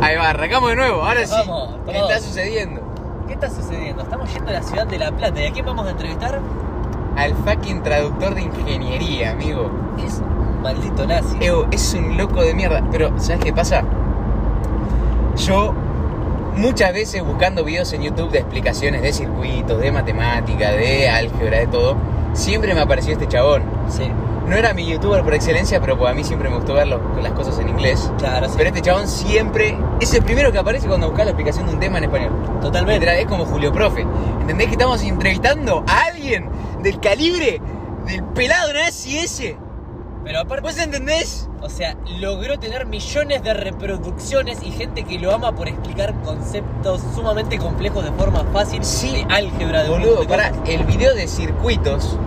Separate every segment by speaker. Speaker 1: Ahí va, arrancamos de nuevo, ahora sí.
Speaker 2: Vamos,
Speaker 1: ¿Qué
Speaker 2: todos.
Speaker 1: está sucediendo?
Speaker 2: ¿Qué está sucediendo? Estamos yendo a la ciudad de La Plata. ¿Y a quién vamos a entrevistar?
Speaker 1: Al fucking traductor de ingeniería, amigo.
Speaker 2: Es un maldito nazi.
Speaker 1: Evo, es un loco de mierda. Pero, ¿sabes qué pasa? Yo, muchas veces buscando videos en YouTube de explicaciones de circuitos, de matemática, de álgebra, de todo, siempre me apareció este chabón.
Speaker 2: Sí,
Speaker 1: No era mi youtuber por excelencia, pero pues a mí siempre me gustó ver lo- las cosas en inglés.
Speaker 2: claro, sí.
Speaker 1: Pero este chabón siempre es el primero que aparece cuando buscas la explicación de un tema en español.
Speaker 2: Totalmente.
Speaker 1: Literal, es como Julio Profe. ¿Entendés que estamos entrevistando a alguien del calibre del pelado nazi ese?
Speaker 2: Pero aparte,
Speaker 1: ¿Vos entendés?
Speaker 2: o sea, logró tener millones de reproducciones y gente que lo ama por explicar conceptos sumamente complejos de forma fácil.
Speaker 1: Sí.
Speaker 2: De álgebra, de un montón
Speaker 1: Boludo,
Speaker 2: de
Speaker 1: pará,
Speaker 2: cosas.
Speaker 1: el video de circuitos.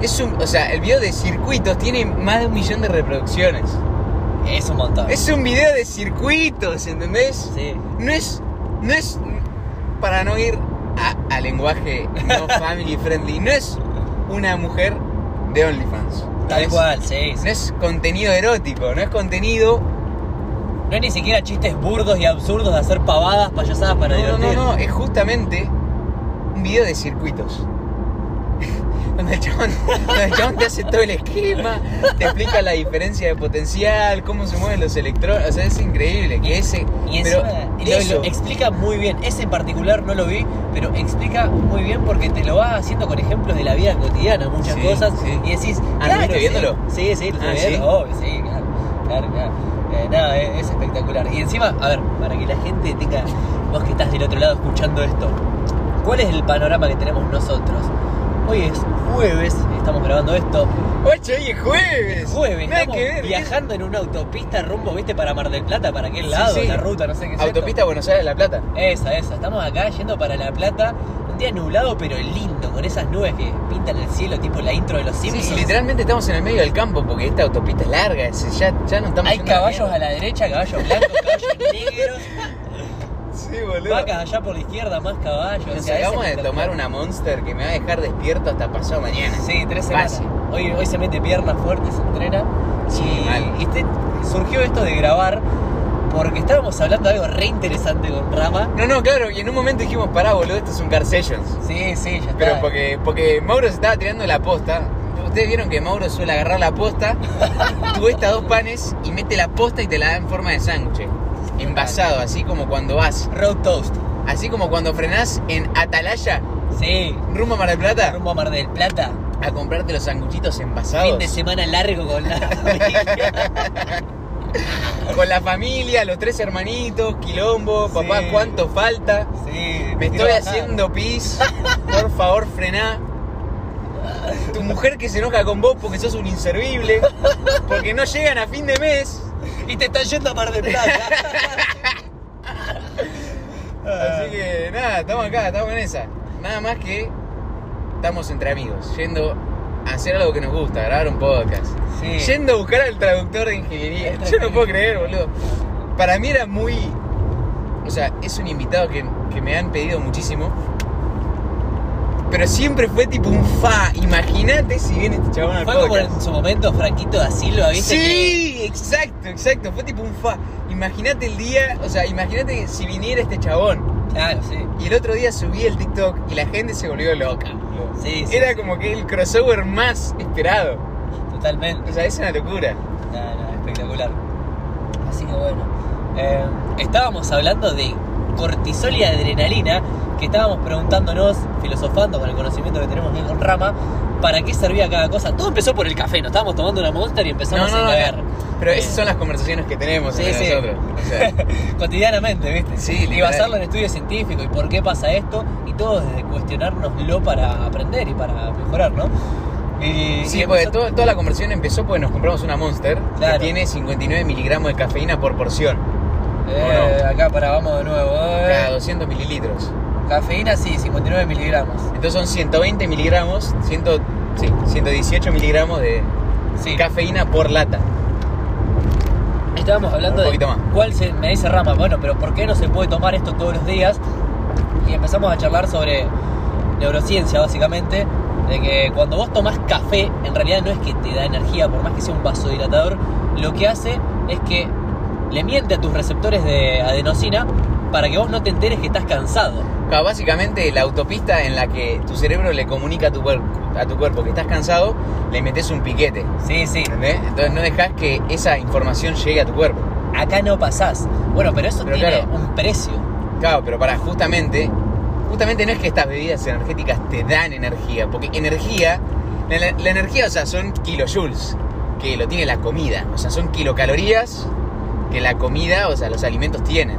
Speaker 1: Es un. O sea, el video de circuitos tiene más de un millón de reproducciones.
Speaker 2: Es un montón.
Speaker 1: Es un video de circuitos, ¿entendés?
Speaker 2: Sí.
Speaker 1: No es. No es. Para no ir a, a lenguaje no family friendly, no es una mujer de OnlyFans.
Speaker 2: Tal
Speaker 1: ¿entendés?
Speaker 2: cual, sí, sí.
Speaker 1: No es contenido erótico, no es contenido.
Speaker 2: No hay ni siquiera chistes burdos y absurdos de hacer pavadas, payasadas para
Speaker 1: no, no,
Speaker 2: divertir.
Speaker 1: no, no, es justamente un video de circuitos. Donde el, chabón, donde el chabón te hace todo el esquema, te explica la diferencia de potencial, cómo se mueven los electrones. O sea, es increíble que ese.
Speaker 2: Y
Speaker 1: pero
Speaker 2: encima lo-
Speaker 1: eso-
Speaker 2: lo explica muy bien. Ese en particular no lo vi, pero explica muy bien porque te lo va haciendo con ejemplos de la vida cotidiana, muchas
Speaker 1: Sí,
Speaker 2: cosas.
Speaker 1: sí.
Speaker 2: Y decís,
Speaker 1: Ah, ¿lo
Speaker 2: claro,
Speaker 1: viste
Speaker 2: sí.
Speaker 1: viéndolo?
Speaker 2: Sí, sí, lo
Speaker 1: Ah,
Speaker 2: estoy
Speaker 1: ¿sí?
Speaker 2: viendo. obvio, sí, claro, claro, claro. Eh, nada, es, es espectacular. Y encima, a ver, para que la gente tenga, vos que estás del otro lado escuchando esto, ¿cuál es el panorama que tenemos nosotros? Hoy es jueves, estamos grabando esto.
Speaker 1: Ocho, hoy es jueves.
Speaker 2: Jueves,
Speaker 1: Nada
Speaker 2: estamos
Speaker 1: que ver.
Speaker 2: viajando en una autopista rumbo, viste, para Mar del Plata, para aquel
Speaker 1: Sí,
Speaker 2: lado,
Speaker 1: sí.
Speaker 2: la ruta, no sé qué es esto.
Speaker 1: Autopista Buenos Aires La Plata.
Speaker 2: Esa, esa. Estamos acá yendo para La Plata. Un día nublado pero lindo, con esas nubes que pintan el cielo, tipo la intro de los
Speaker 1: Sí,
Speaker 2: Simpsons.
Speaker 1: y literalmente estamos en el medio del campo porque esta autopista es larga, es- ya, ya no estamos.
Speaker 2: Hay
Speaker 1: yendo a la
Speaker 2: caballos
Speaker 1: mierda.
Speaker 2: a la derecha, caballos blancos, caballos negros,
Speaker 1: Sí, boludo.
Speaker 2: vacas allá por la izquierda, más caballos. o
Speaker 1: Nos
Speaker 2: sea,
Speaker 1: acabamos
Speaker 2: ese
Speaker 1: de
Speaker 2: es el
Speaker 1: tomar
Speaker 2: plan.
Speaker 1: una monster que me va a dejar despierto hasta pasado mañana.
Speaker 2: Sí, tres semanas.
Speaker 1: Fácil.
Speaker 2: Hoy, hoy se mete piernas fuertes, se entrena.
Speaker 1: Sí,
Speaker 2: y
Speaker 1: mal.
Speaker 2: y este- surgió esto de grabar porque estábamos hablando de algo re interesante con Rama.
Speaker 1: No, no, claro, y en un momento dijimos, pará, boludo, esto es un Car Sessions.
Speaker 2: Sí, sí, ya está.
Speaker 1: Pero porque, porque Mauro se estaba tirando la posta. Ustedes vieron que Mauro suele agarrar la posta, tuesta dos panes y mete la posta y te la da en forma de sándwich. Envasado, así como cuando vas.
Speaker 2: Road Toast.
Speaker 1: Así como cuando frenás en Atalaya,
Speaker 2: Sí.
Speaker 1: rumbo a Mar del Plata,
Speaker 2: Rumbo a Mar del Plata.
Speaker 1: a comprarte los sanguchitos
Speaker 2: Fin de
Speaker 1: envasados.
Speaker 2: semana largo con la familia.
Speaker 1: Con la familia, los tres hermanitos, quilombo, papá,
Speaker 2: Sí.
Speaker 1: ¿cuánto falta?
Speaker 2: Sí,
Speaker 1: Me
Speaker 2: quiero
Speaker 1: estoy
Speaker 2: bajar.
Speaker 1: haciendo pis. Por favor, frená. Tu mujer que se enoja con vos porque sos un inservible. Porque no llegan a fin de mes.
Speaker 2: Y te estás yendo a Mar del Plata.
Speaker 1: Así que nada, estamos acá, estamos en esa. Nada más que estamos entre amigos, yendo a hacer algo que nos gusta, grabar un podcast.
Speaker 2: Sí.
Speaker 1: Yendo a buscar al traductor de ingeniería.
Speaker 2: El
Speaker 1: Yo no
Speaker 2: traductor.
Speaker 1: puedo creer, boludo. Para mí era muy. O sea, es un invitado que, que me han pedido muchísimo. Pero siempre fue tipo un fa. Imagínate si viene este chabón al
Speaker 2: Fue como
Speaker 1: podcast.
Speaker 2: en su momento Franquito da Silva, ¿viste?
Speaker 1: Sí, exacto, exacto. Fue tipo un fa. Imagínate el día. O sea, imagínate si viniera este chabón.
Speaker 2: Que- Claro, sí.
Speaker 1: Y el otro día subí el TikTok y la gente se volvió loca. boludo.
Speaker 2: Sí, sí,
Speaker 1: Era como que el crossover más esperado.
Speaker 2: Totalmente.
Speaker 1: O sea, es una locura.
Speaker 2: No, no, espectacular. Así que bueno. eh, estábamos hablando de cortisol y adrenalina, que estábamos preguntándonos, filosofando con el conocimiento que tenemos aquí con Rama, para qué servía cada cosa. Todo empezó por el café, nos estábamos tomando una monster y empezamos a cagar.
Speaker 1: Pero
Speaker 2: Eh,
Speaker 1: esas son las conversaciones que tenemos
Speaker 2: Sí,
Speaker 1: entre
Speaker 2: sí.
Speaker 1: nosotros. O sea,
Speaker 2: cotidianamente, ¿viste?
Speaker 1: Sí,
Speaker 2: y
Speaker 1: literal.
Speaker 2: basarlo en estudios científicos y por qué pasa esto, y todo desde cuestionárnoslo para aprender y para mejorar, ¿no?
Speaker 1: sí,
Speaker 2: Y,
Speaker 1: pues,
Speaker 2: y
Speaker 1: porque
Speaker 2: empezó-
Speaker 1: todo- toda la conversación empezó porque nos compramos una Monster que
Speaker 2: Claro.
Speaker 1: tiene 59 miligramos de cafeína por porción.
Speaker 2: Eh, Acá para, vamos de nuevo. eh.
Speaker 1: Cada 200 mililitros.
Speaker 2: Cafeína, sí, 59 miligramos.
Speaker 1: Entonces son 120 miligramos, 100 sí, 118 miligramos de
Speaker 2: Sí.
Speaker 1: cafeína por lata.
Speaker 2: Estábamos hablando
Speaker 1: Un
Speaker 2: de
Speaker 1: poquito más.
Speaker 2: cuál se, me dice Rama, bueno, pero ¿por qué no se puede tomar esto todos los días? Y empezamos a charlar sobre neurociencia, básicamente, de que cuando vos tomás café, en realidad no es que te da energía, por más que sea un vasodilatador, lo que hace es que le miente a tus receptores de adenosina para que vos no te enteres que estás cansado.
Speaker 1: Claro, básicamente la autopista en la que tu cerebro le comunica a tu, cuer- a tu cuerpo que estás cansado, le metes un piquete.
Speaker 2: Sí, sí.
Speaker 1: ¿entendés? Entonces no dejas que esa información llegue a tu cuerpo.
Speaker 2: Acá no pasás. Bueno, pero eso
Speaker 1: Pero
Speaker 2: tiene
Speaker 1: claro.
Speaker 2: un precio.
Speaker 1: Claro, pero para justamente, justamente no es que estas bebidas energéticas te dan energía, porque energía, la, la- la energía, o sea, son kilojoules, que lo tiene la comida, o sea, son kilocalorías que la comida, o sea, los alimentos tienen.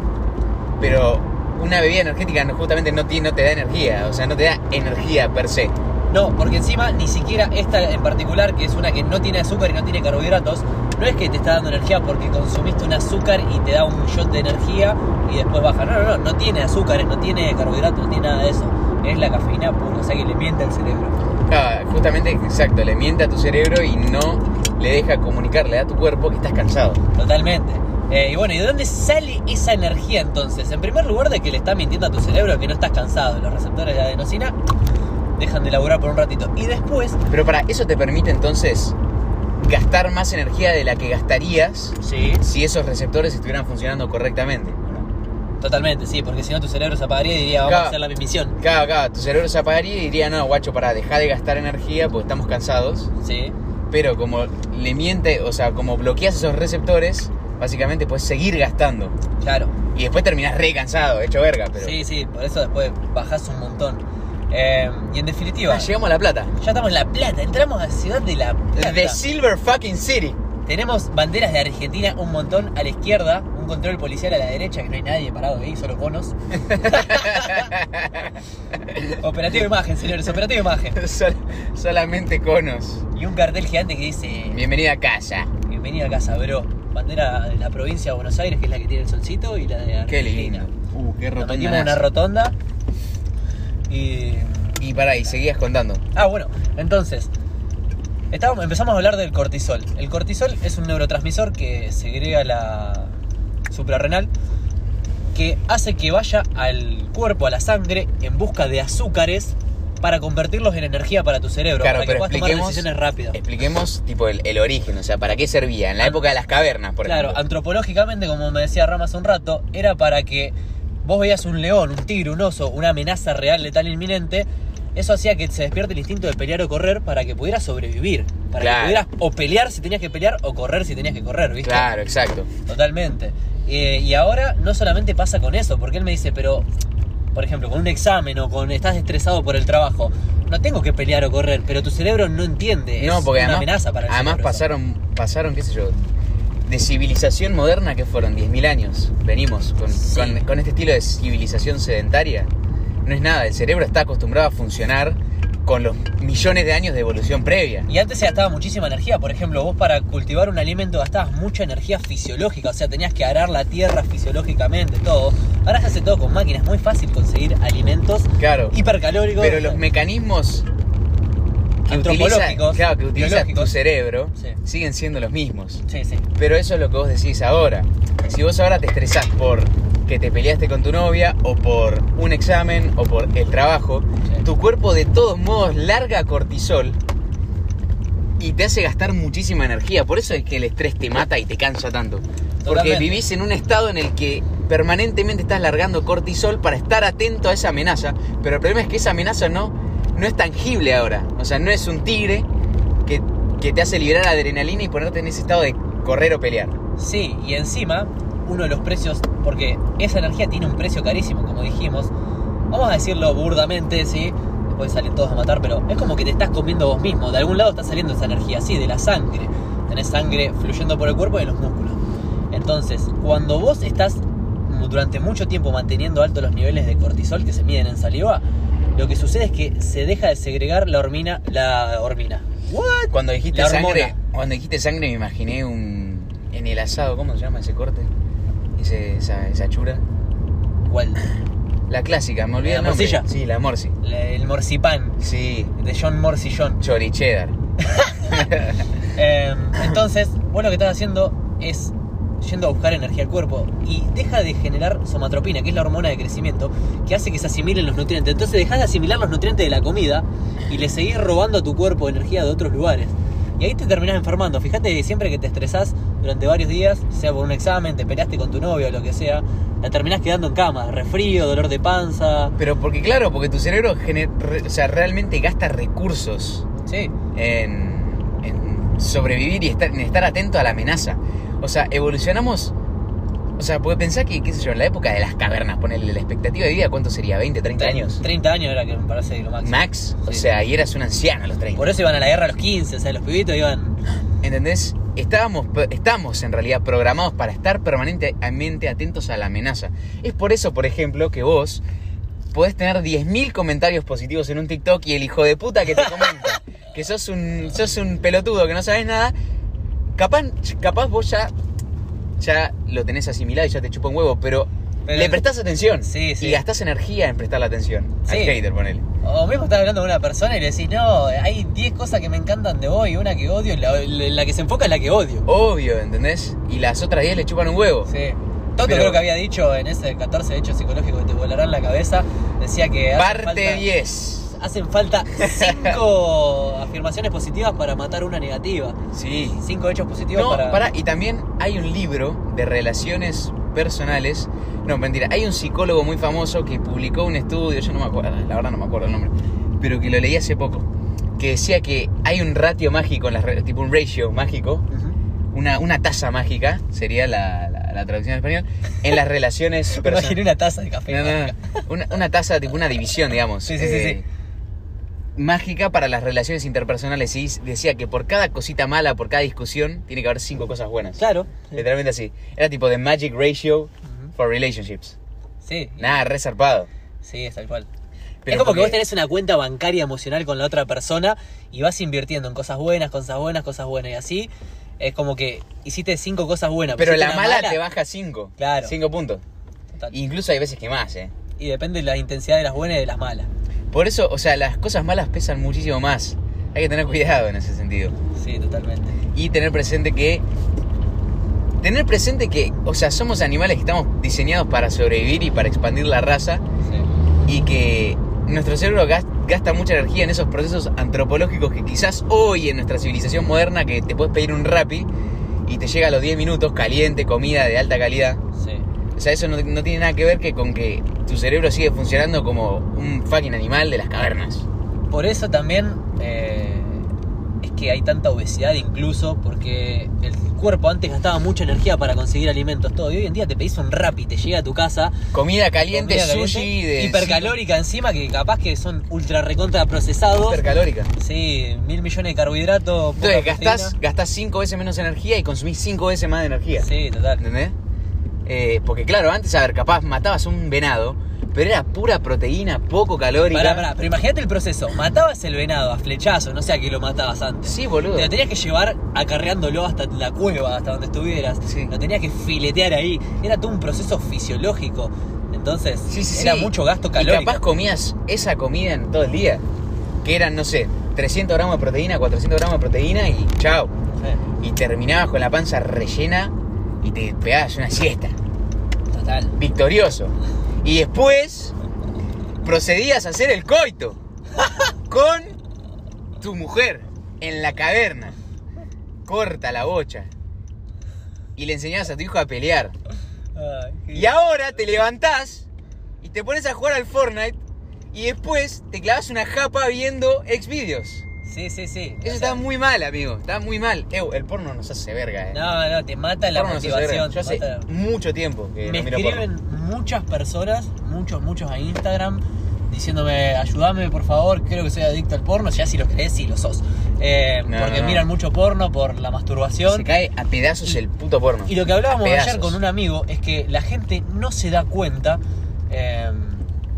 Speaker 1: Pero una bebida energética no- justamente no, ti- no te da energía, o sea, no te da energía per se.
Speaker 2: No, porque encima ni siquiera esta en particular, que es una que no tiene azúcar y no tiene carbohidratos, no es que te está dando energía porque consumiste un azúcar y te da un shot de energía y después baja. No, no, no, no tiene azúcares, no tiene carbohidratos, no tiene nada de eso. Es la cafeína pura, o sea que le miente al cerebro.
Speaker 1: Claro, Ah, justamente, exacto, le miente a tu cerebro y no le deja comunicarle a tu cuerpo que estás cansado.
Speaker 2: Totalmente. Eh, y bueno, ¿y de dónde sale esa energía entonces? En primer lugar, de que le estás mintiendo a tu cerebro que no estás cansado. Los receptores de adenosina dejan de laburar por un ratito. Y después,
Speaker 1: Pero para eso te permite entonces gastar más energía de la que gastarías
Speaker 2: sí,
Speaker 1: si esos receptores estuvieran funcionando correctamente.
Speaker 2: totalmente, sí, porque si no tu cerebro se apagaría y diría, vamos
Speaker 1: Claro.
Speaker 2: a hacer la misma misión.
Speaker 1: Claro, claro, tu cerebro se apagaría y diría, no, guacho, para, dejar de gastar energía porque estamos cansados.
Speaker 2: Sí.
Speaker 1: Pero como le miente, o sea, como bloqueas esos receptores, básicamente puedes seguir gastando.
Speaker 2: Claro,
Speaker 1: Y después terminás re cansado, hecho verga, pero...
Speaker 2: sí, sí, por eso después bajás un montón. Eh, y en definitiva,
Speaker 1: Ah, llegamos a La Plata.
Speaker 2: ya estamos en La Plata, entramos a la ciudad de La Plata.
Speaker 1: The Silver Fucking City.
Speaker 2: Tenemos banderas de Argentina un montón a la izquierda, un control policial a la derecha, que no hay nadie parado ahí, solo conos. operativo de imagen, señores, operativo de imagen.
Speaker 1: Sol- solamente conos.
Speaker 2: Y un cartel gigante que dice,
Speaker 1: Bienvenida a casa.
Speaker 2: bienvenido a casa, bro. Bandera de la provincia de Buenos Aires, que es la que tiene el solcito, y la de Argentina.
Speaker 1: Qué lindo. Uh, qué
Speaker 2: Nos
Speaker 1: rotonda.
Speaker 2: metimos en una
Speaker 1: nazi.
Speaker 2: rotonda y...
Speaker 1: Y pará, y seguías contando.
Speaker 2: Ah, bueno, entonces... estábamos- empezamos a hablar del cortisol. El cortisol es un neurotransmisor que segrega la suprarrenal que hace que vaya al cuerpo, a la sangre, en busca de azúcares para convertirlos en energía para tu cerebro,
Speaker 1: Claro,
Speaker 2: para que
Speaker 1: pero
Speaker 2: puedas tomar
Speaker 1: expliquemos-
Speaker 2: decisiones rápidas.
Speaker 1: Expliquemos, tipo, el, el origen, o sea, ¿para qué servía? En la
Speaker 2: Ah.
Speaker 1: época de las cavernas, por
Speaker 2: claro,
Speaker 1: ejemplo.
Speaker 2: antropológicamente, como me decía Rama hace un rato, era para que vos veías un león, un tigre, un oso, una amenaza real, letal, inminente. Eso hacía que se despierte el instinto de pelear o correr para que pudieras sobrevivir. Para
Speaker 1: Claro.
Speaker 2: que pudieras o pelear si tenías que pelear o correr si tenías que correr, ¿viste?
Speaker 1: Claro, exacto.
Speaker 2: Totalmente. Eh, y ahora no solamente pasa con eso, porque él me dice, pero, por ejemplo, con un examen o con estás estresado por el trabajo, no tengo que pelear o correr, pero tu cerebro no entiende.
Speaker 1: no,
Speaker 2: es
Speaker 1: porque además,
Speaker 2: una amenaza para el
Speaker 1: además
Speaker 2: cerebro, eso.
Speaker 1: pasaron, pasaron, qué sé yo, de civilización moderna que fueron 10.000 años. Venimos con,
Speaker 2: Sí.
Speaker 1: con- con este estilo de civilización sedentaria. No es nada, el cerebro está acostumbrado a funcionar con los millones de años de evolución previa.
Speaker 2: Y antes se gastaba muchísima energía, por ejemplo, vos para cultivar un alimento gastabas mucha energía fisiológica, o sea, tenías que arar la tierra fisiológicamente, todo. Ahora se hace todo con máquinas, muy fácil conseguir alimentos
Speaker 1: Claro.
Speaker 2: hipercalóricos.
Speaker 1: Pero los mecanismos que utiliza,
Speaker 2: Antropológicos,
Speaker 1: claro, que utiliza tu
Speaker 2: biológicos.
Speaker 1: cerebro
Speaker 2: Sí.
Speaker 1: siguen siendo los mismos.
Speaker 2: Sí, sí.
Speaker 1: Pero eso es lo que vos decís ahora. Si vos ahora te estresás por que te peleaste con tu novia o por un examen o por el trabajo,
Speaker 2: Sí.
Speaker 1: tu cuerpo de todos modos larga cortisol y te hace gastar muchísima energía. Por eso es que el estrés te mata y te cansa tanto. Porque
Speaker 2: Totalmente.
Speaker 1: vivís en un estado en el que permanentemente estás largando cortisol para estar atento a esa amenaza. Pero el problema es que esa amenaza no, no es tangible ahora. O sea, no es un tigre que, que te hace liberar adrenalina y ponerte en ese estado de correr o pelear.
Speaker 2: Sí, y encima, uno de los precios, porque esa energía tiene un precio carísimo, como dijimos. Vamos a decirlo burdamente, sí. Después salen todos a matar, pero es como que te estás comiendo vos mismo. De algún lado está saliendo esa energía, sí, de la sangre. Tenés sangre fluyendo por el cuerpo y en los músculos. Entonces, cuando vos estás mu- durante mucho tiempo manteniendo altos los niveles de cortisol que se miden en saliva, lo que sucede es que se deja de segregar la hormina. La hormina. ¿What?
Speaker 1: Cuando dijiste
Speaker 2: La hormona.
Speaker 1: sangre, cuando dijiste sangre me imaginé un en el asado, ¿cómo se llama ese corte? Ese- esa, esa chura.
Speaker 2: ¿Cuál?
Speaker 1: La clásica, me olvidé
Speaker 2: ¿La
Speaker 1: el nombre.
Speaker 2: morcilla?
Speaker 1: Sí, la morsi.
Speaker 2: La- El morcipán
Speaker 1: Sí,
Speaker 2: de John Morcy John.
Speaker 1: chori cheddar.
Speaker 2: Eh, entonces, vos lo que estás haciendo es yendo a buscar energía al cuerpo y deja de generar somatropina, que es la hormona de crecimiento, que hace que se asimilen los nutrientes. Entonces dejás de asimilar los nutrientes de la comida y le seguís robando a tu cuerpo energía de otros lugares. Y ahí te terminás enfermando. Fíjate que siempre que te estresás durante varios días, sea por un examen, te peleaste con tu novio o lo que sea, la terminás quedando en cama. Refrío, dolor de panza.
Speaker 1: Pero porque, claro, porque tu cerebro gener- re- o sea, realmente gasta recursos
Speaker 2: Sí.
Speaker 1: en, en sobrevivir y estar, en estar atento a la amenaza. O sea, evolucionamos. O sea, puede pensar que, qué sé yo, en la época de las cavernas, ponerle la expectativa de vida, ¿cuánto sería? ¿20, 30 años?
Speaker 2: 30 años era que me parece lo máximo.
Speaker 1: Max. O
Speaker 2: Sí.
Speaker 1: sea, y eras un anciano a los 30.
Speaker 2: Por eso iban a la guerra a los 15, o sea, los pibitos iban.
Speaker 1: ¿Entendés? Estábamos, estamos en realidad programados para estar permanentemente atentos a la amenaza. Es por eso, por ejemplo, que vos podés tener 10.000 comentarios positivos en un TikTok y el hijo de puta que te comenta que sos un, sos un pelotudo que no sabes nada, capaz, capaz vos ya, ya lo tenés asimilado y ya te chupa un huevo, pero,
Speaker 2: Pero-
Speaker 1: le prestás atención
Speaker 2: Sí, sí.
Speaker 1: y gastás energía en prestarle atención al
Speaker 2: Sí.
Speaker 1: hater, ponele.
Speaker 2: O mismo estás hablando con una persona y le decís, no, hay 10 cosas que me encantan de hoy, una que odio, la, la- la que se enfoca es la que odio.
Speaker 1: Obvio, ¿entendés? Y las otras 10 le chupan un huevo.
Speaker 2: Sí. Toto
Speaker 1: Pero-
Speaker 2: creo que había dicho en ese 14 hechos psicológicos que te volarán la cabeza, decía que hacen
Speaker 1: Parte
Speaker 2: falta-
Speaker 1: 10.
Speaker 2: hacen falta 5 afirmaciones positivas para matar una negativa.
Speaker 1: Sí.
Speaker 2: 5 hechos positivos
Speaker 1: No,
Speaker 2: para...
Speaker 1: pará, y también hay un libro de relaciones personales. No, mentira, hay un psicólogo muy famoso que publicó un estudio, yo no me acuerdo, la verdad no me acuerdo el nombre, pero que lo leí hace poco, que decía que hay un ratio mágico, en las re- tipo un ratio mágico,
Speaker 2: Ujú.
Speaker 1: una, una tasa mágica, sería la, la- la traducción en español, en las relaciones
Speaker 2: Me
Speaker 1: personales.
Speaker 2: imaginé una taza de café.
Speaker 1: No, no, no. Eh, Una, una tasa, tipo una división, digamos. Eh,
Speaker 2: Sí, sí, sí,
Speaker 1: Mágica para las relaciones interpersonales. Y decía que por cada cosita mala, por cada discusión, tiene que haber cinco cosas buenas.
Speaker 2: Claro.
Speaker 1: Literalmente así. Era tipo de magic ratio
Speaker 2: Ujú.
Speaker 1: for relationships.
Speaker 2: Sí,
Speaker 1: Nada, re zarpado.
Speaker 2: sí, es tal cual.
Speaker 1: Pero
Speaker 2: es como que
Speaker 1: porque-
Speaker 2: vos tenés una cuenta bancaria emocional con la otra persona y vas invirtiendo en cosas buenas, cosas buenas, cosas buenas. Y así es como que hiciste cinco cosas buenas.
Speaker 1: Pero
Speaker 2: pusiste
Speaker 1: la
Speaker 2: una
Speaker 1: mala, te baja cinco.
Speaker 2: Claro.
Speaker 1: Cinco puntos.
Speaker 2: Total. Y...
Speaker 1: Incluso hay veces que más, ¿eh?
Speaker 2: depende de la intensidad de las buenas y de las malas.
Speaker 1: Por eso, o sea, las cosas malas pesan muchísimo más. Hay que tener cuidado en ese sentido.
Speaker 2: Sí, totalmente.
Speaker 1: y tener presente que tener presente que, o sea, somos animales que estamos diseñados para sobrevivir y para expandir la raza
Speaker 2: Sí.
Speaker 1: y que nuestro cerebro gas- gasta mucha energía en esos procesos antropológicos que quizás hoy en nuestra civilización moderna que te puedes pedir un rapi y te llega a los 10 minutos caliente, comida de alta calidad.
Speaker 2: Sí.
Speaker 1: O sea, eso no, no tiene nada que ver que con que tu cerebro sigue funcionando como un fucking animal de las cavernas.
Speaker 2: Por eso también eh, es que hay tanta obesidad incluso porque el cuerpo antes gastaba mucha energía para conseguir alimentos todo y hoy en día te pedís un rap y te llega a tu casa
Speaker 1: Comida caliente,
Speaker 2: comida caliente,
Speaker 1: sushi, de
Speaker 2: hipercalórica encima que capaz que son ultra recontra procesados
Speaker 1: hipercalórica.
Speaker 2: Sí, mil millones de carbohidratos. poca
Speaker 1: Entonces gastás,
Speaker 2: proteína.
Speaker 1: gastás cinco veces menos energía y consumís cinco veces más de energía.
Speaker 2: Sí, total.
Speaker 1: ¿Entendés? Eh, porque claro, antes, a ver, capaz matabas un venado, pero era pura proteína, poco calórica.
Speaker 2: Pará, pará, pero imagínate el proceso. Matabas el venado a flechazo, no sé a qué lo matabas antes.
Speaker 1: Sí, boludo.
Speaker 2: Te lo tenías que llevar acarreándolo hasta la cueva, hasta donde estuvieras.
Speaker 1: Sí.
Speaker 2: Lo tenías que filetear ahí. Era todo un proceso fisiológico. Entonces,
Speaker 1: Sí, sí,
Speaker 2: era
Speaker 1: sí.
Speaker 2: mucho gasto
Speaker 1: Y
Speaker 2: calórico.
Speaker 1: capaz comías esa comida en todo el día, que eran, no sé, 300 gramos de proteína, 400 gramos de proteína y chao.
Speaker 2: Sí,
Speaker 1: Y terminabas con la panza rellena y te pegabas una siesta.
Speaker 2: Total.
Speaker 1: victorioso. Y después procedías a hacer el coito con tu mujer en la caverna. Corta la bocha. Y le enseñabas a tu hijo a pelear.
Speaker 2: Ay, qué-
Speaker 1: Y ahora te levantás y te pones a jugar al Fortnite y después te clavas una japa viendo Xvideos.
Speaker 2: Sí, sí, sí.
Speaker 1: Eso está muy mal, amigo. Está muy mal. Ew, el porno nos hace verga, eh.
Speaker 2: No, no, te mata
Speaker 1: El
Speaker 2: la
Speaker 1: porno nos hace verga.
Speaker 2: motivación.
Speaker 1: Yo
Speaker 2: te
Speaker 1: hace
Speaker 2: mata-
Speaker 1: mucho tiempo que
Speaker 2: Me
Speaker 1: no miro porno.
Speaker 2: escriben muchas personas, muchos, muchos a Instagram, diciéndome, ayúdame por favor, creo que soy adicto al porno, ya si lo crees, sí lo sos. Eh,
Speaker 1: No,
Speaker 2: porque
Speaker 1: no, no.
Speaker 2: miran mucho porno por la masturbación.
Speaker 1: Se cae a pedazos el puto porno.
Speaker 2: Y lo que hablábamos
Speaker 1: A pedazos.
Speaker 2: ayer con un amigo es que la gente no se da cuenta eh,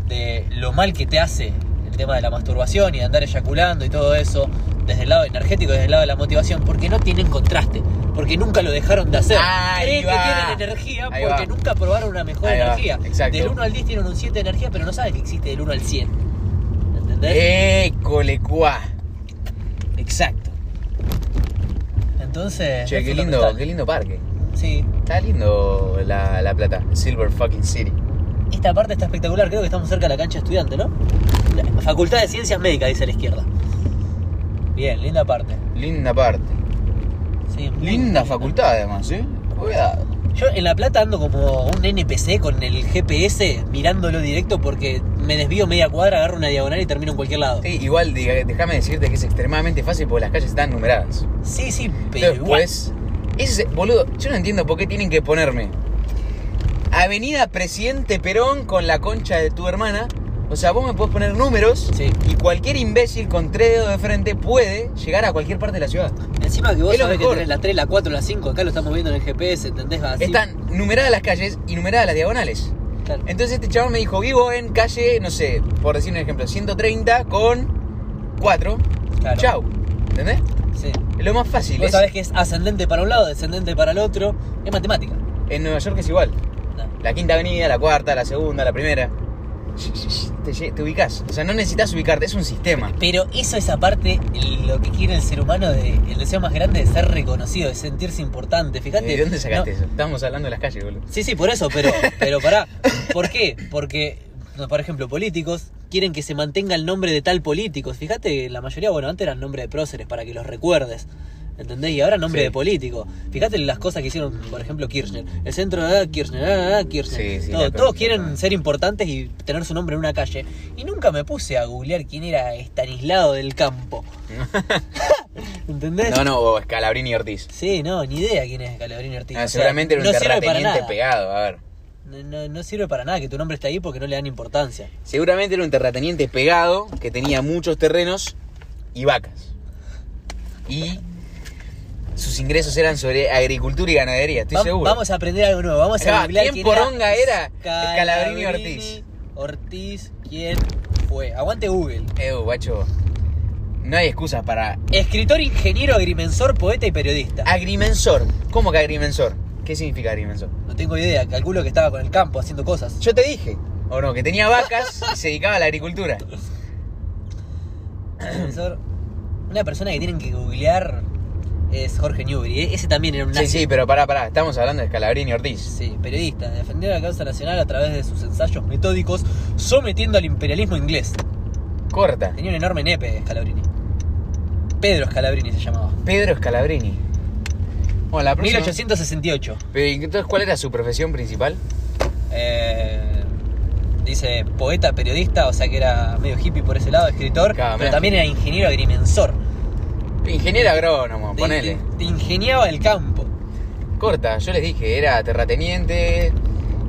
Speaker 2: de lo mal que te hace el tema de la masturbación y de andar eyaculando y todo eso desde el lado energético, desde el lado de la motivación, porque no tienen contraste, porque nunca lo dejaron de hacer.
Speaker 1: Ahí
Speaker 2: Creen
Speaker 1: va.
Speaker 2: que tienen energía
Speaker 1: Ahí va.
Speaker 2: porque nunca probaron una mejor
Speaker 1: Ahí va,
Speaker 2: energía.
Speaker 1: exacto.
Speaker 2: Del 1 al 10 tienen un 7 de energía, pero no saben que existe del 1 al 100. ¿Entendés?
Speaker 1: Eh. École cuá. Exacto.
Speaker 2: Entonces...
Speaker 1: Che,
Speaker 2: es
Speaker 1: qué lindo,
Speaker 2: fundamental.
Speaker 1: qué lindo parque.
Speaker 2: Sí.
Speaker 1: Está lindo la, la plata. Silver fucking City.
Speaker 2: Esta parte está espectacular, creo que estamos cerca de la cancha estudiante, ¿no? La Facultad de Ciencias Médicas, dice a la izquierda. Bien, linda parte.
Speaker 1: Linda parte.
Speaker 2: Sí, muy
Speaker 1: Linda facultad además, ¿eh? Cuidado.
Speaker 2: Yo en La Plata ando como un NPC con el GPS mirándolo directo porque me desvío media cuadra, agarro una diagonal y termino en cualquier lado.
Speaker 1: Sí, igual diga- déjame decirte que es extremadamente fácil porque las calles están numeradas.
Speaker 2: Sí, sí, pero
Speaker 1: Entonces,
Speaker 2: igual.
Speaker 1: pues, ese, boludo, yo no entiendo por qué tienen que ponerme Avenida Presidente Perón con la concha de tu hermana. O sea, vos me podés poner números
Speaker 2: Sí.
Speaker 1: y cualquier imbécil con tres dedos de frente puede llegar a cualquier parte de la ciudad.
Speaker 2: Encima que vos
Speaker 1: es lo
Speaker 2: sabés que
Speaker 1: mejor.
Speaker 2: tenés la 3, la 4, la 5, acá lo estamos viendo en el GPS, ¿entendés? Así,
Speaker 1: Están numeradas las calles y numeradas las diagonales.
Speaker 2: claro.
Speaker 1: Entonces este chabón me dijo, vivo en calle, no sé, por decir un ejemplo, 130 con 4.
Speaker 2: Claro.
Speaker 1: Chau. ¿Entendés?
Speaker 2: Sí.
Speaker 1: Es lo más fácil.
Speaker 2: Vos
Speaker 1: es-
Speaker 2: sabés que es ascendente para un lado, descendente para el otro. Es matemática.
Speaker 1: En Nueva York es igual. La quinta avenida, la cuarta, la segunda, la primera. Te, lle- te ubicás. O sea, no necesitas ubicarte, es un sistema.
Speaker 2: Pero eso es aparte el- lo que quiere el ser humano, de, el deseo más grande de ser reconocido, de sentirse importante. Fíjate.
Speaker 1: ¿De dónde sacaste
Speaker 2: no-
Speaker 1: eso? Estábamos hablando de las calles, boludo.
Speaker 2: Sí, sí, por eso, pero, pero pará. ¿Por qué? Porque, no, por ejemplo, políticos quieren que se mantenga el nombre de tal político. Fíjate, que la mayoría, bueno, antes eran nombre de próceres para que los recuerdes. ¿Entendés? Y ahora nombre
Speaker 1: Sí.
Speaker 2: de político. Fíjate las cosas que hicieron, por ejemplo, Kirchner. El centro de ah, Kirchner, ah, ah, Kirchner.
Speaker 1: Sí, sí,
Speaker 2: Todo-
Speaker 1: la
Speaker 2: todos
Speaker 1: concha,
Speaker 2: quieren
Speaker 1: ¿no?
Speaker 2: ser importantes y tener su nombre en una calle. Y nunca me puse a googlear quién era Estanislao del Campo. ¿Entendés?
Speaker 1: No, no, o Scalabrini Ortiz.
Speaker 2: Sí, no, ni idea quién es Calabrini Ortiz.
Speaker 1: Ah,
Speaker 2: O sea,
Speaker 1: seguramente era un
Speaker 2: no sirve para
Speaker 1: terrateniente
Speaker 2: nada.
Speaker 1: pegado, a ver.
Speaker 2: No, no- no sirve para nada que tu nombre esté ahí porque no le dan importancia.
Speaker 1: Seguramente era un terrateniente pegado que tenía muchos terrenos y vacas. Y sus ingresos eran sobre agricultura y ganadería, estoy
Speaker 2: Va-
Speaker 1: seguro.
Speaker 2: Vamos a aprender algo nuevo. Vamos
Speaker 1: Acá,
Speaker 2: a googlear
Speaker 1: ¿quién poronga era Scalabrini Ortiz?
Speaker 2: Ortiz, ¿quién fue? Aguante Google.
Speaker 1: Eh, guacho, no hay excusas para
Speaker 2: Escritor, ingeniero, agrimensor, poeta y periodista.
Speaker 1: Ah. Agrimensor. ¿Cómo que agrimensor? ¿Qué significa agrimensor?
Speaker 2: No tengo idea, calculo que estaba con el campo haciendo cosas.
Speaker 1: Yo te dije, o no, que tenía vacas y se dedicaba a la agricultura.
Speaker 2: Agrimensor. Una persona que tienen que googlear es Jorge Newbery. ¿eh? Ese también era un
Speaker 1: Sí,
Speaker 2: nazi.
Speaker 1: sí, pero pará, pará, estamos hablando de Scalabrini Ortiz.
Speaker 2: Sí, periodista, defendió la causa nacional a través de sus ensayos metódicos, sometiendo al imperialismo inglés.
Speaker 1: Corta.
Speaker 2: Tenía un enorme nepe Scalabrini. Pedro Scalabrini se llamaba.
Speaker 1: Pedro Scalabrini. Bueno, la próxima...
Speaker 2: 1868.
Speaker 1: Pero, ¿y entonces, ¿cuál era su profesión principal?
Speaker 2: Eh, dice poeta, periodista, o sea que era medio hippie por ese lado, escritor,
Speaker 1: Claro,
Speaker 2: pero
Speaker 1: mirá.
Speaker 2: también era ingeniero agrimensor.
Speaker 1: Ingeniero agrónomo,
Speaker 2: Te-
Speaker 1: ponele.
Speaker 2: te- te ingeniaba el campo.
Speaker 1: Corta, yo les dije, era terrateniente,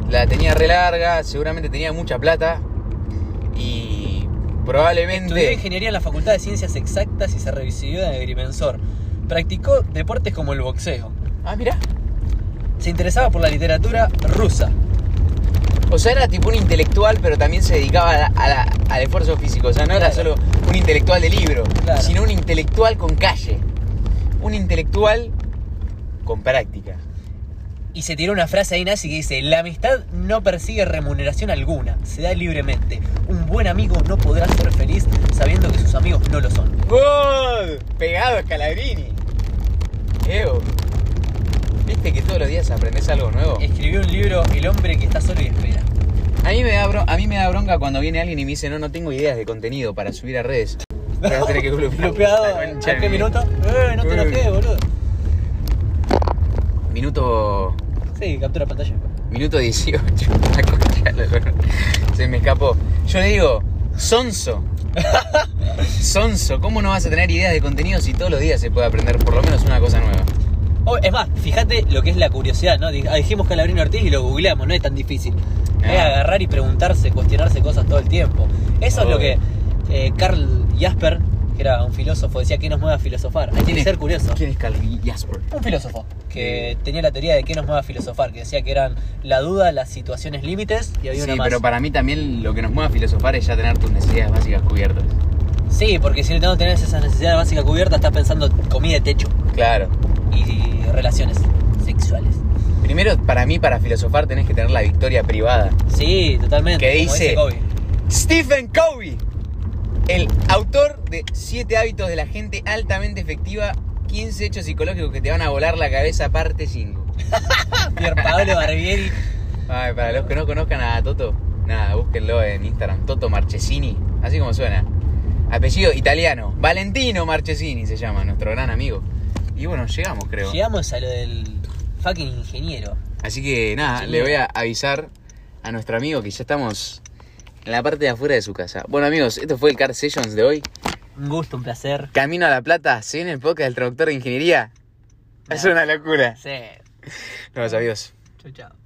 Speaker 1: la tenía re larga, seguramente tenía mucha plata y
Speaker 2: Estudió
Speaker 1: probablemente...
Speaker 2: ingeniería en la Facultad de Ciencias Exactas y se recibió de agrimensor. Practicó deportes como el boxeo.
Speaker 1: Ah, mirá.
Speaker 2: Se interesaba por la literatura rusa.
Speaker 1: O sea, era tipo un intelectual, pero también se dedicaba a la- a la- al esfuerzo físico. O sea, no era
Speaker 2: Claro.
Speaker 1: solo un intelectual de libro,
Speaker 2: Claro.
Speaker 1: sino un intelectual con calle. Un intelectual con práctica.
Speaker 2: Y se tiró una frase ahí nazi que dice, la amistad no persigue remuneración alguna, se da libremente. Un buen amigo no podrá ser feliz sabiendo que sus amigos no lo son.
Speaker 1: ¡Gol! Pegado Scalabrini. Ew. ¿Viste que todos los días aprendes algo nuevo?
Speaker 2: Escribió un libro El hombre que está solo y espera.
Speaker 1: A mí, me da bro- a mí me da bronca cuando viene alguien y me dice, no, no tengo ideas de contenido para subir a redes. Voy a tener que bloquear.
Speaker 2: Bloqueado
Speaker 1: La
Speaker 2: a
Speaker 1: concha de
Speaker 2: qué
Speaker 1: mi-
Speaker 2: minuto. Eh, no te
Speaker 1: Eh.
Speaker 2: enojes, boludo.
Speaker 1: Minuto
Speaker 2: Sí, captura pantalla.
Speaker 1: Minuto 18. la concha de la lora. Se me escapó. Yo le digo, Sonso. Sonso, ¿cómo no vas a tener ideas de contenido si todos los días se puede aprender por lo menos una cosa nueva?
Speaker 2: Oh, es más, fíjate lo que es la curiosidad, ¿no? Dij- ah, Dijimos Calabrino Ortiz y lo googleamos, no es tan difícil. Es
Speaker 1: Ah.
Speaker 2: agarrar y preguntarse, cuestionarse cosas todo el tiempo. Eso es lo que
Speaker 1: Obvio.
Speaker 2: eh, Carl Jasper, que era un filósofo, decía que nos mueve a filosofar. Hay que
Speaker 1: ¿Quién es-
Speaker 2: ser curioso.
Speaker 1: ¿Quién es Calvi Jasper?
Speaker 2: Un filósofo que tenía la teoría de que nos mueve a filosofar, que decía que eran la duda, las situaciones límites y
Speaker 1: Sí,
Speaker 2: había una más.
Speaker 1: pero para mí también lo que nos mueve a filosofar es ya tener tus necesidades básicas cubiertas.
Speaker 2: Sí, porque si no tenés esas necesidades básicas cubiertas, estás pensando comida, techo
Speaker 1: Claro.
Speaker 2: y relaciones sexuales.
Speaker 1: Primero, para mí, para filosofar tenés que tener la victoria privada.
Speaker 2: Sí, totalmente.
Speaker 1: ¿Qué
Speaker 2: como
Speaker 1: dice?
Speaker 2: Kobe.
Speaker 1: Stephen Covey, el autor de 7 hábitos de la gente altamente efectiva, 15 hechos psicológicos que te van a volar la cabeza, parte 5.
Speaker 2: Pier Pablo Barbieri.
Speaker 1: Ay, para los que no conozcan a Toto, nada, búsquenlo en Instagram, Toto Marchesini, así como suena. Apellido italiano. Valentino Marchesini se llama, nuestro gran amigo. Y bueno, llegamos, creo.
Speaker 2: Llegamos a lo del fucking ingeniero.
Speaker 1: Así que nada,
Speaker 2: Sí.
Speaker 1: le voy a avisar a nuestro amigo que ya estamos en la parte de afuera de su casa. Bueno, amigos, esto fue el Car Sessions de hoy.
Speaker 2: Un gusto, un placer.
Speaker 1: Camino a La Plata, se viene el podcast del traductor de ingeniería. Es
Speaker 2: Ya.
Speaker 1: una locura.
Speaker 2: Sí.
Speaker 1: Nos vemos, amigos.
Speaker 2: Chau, chau.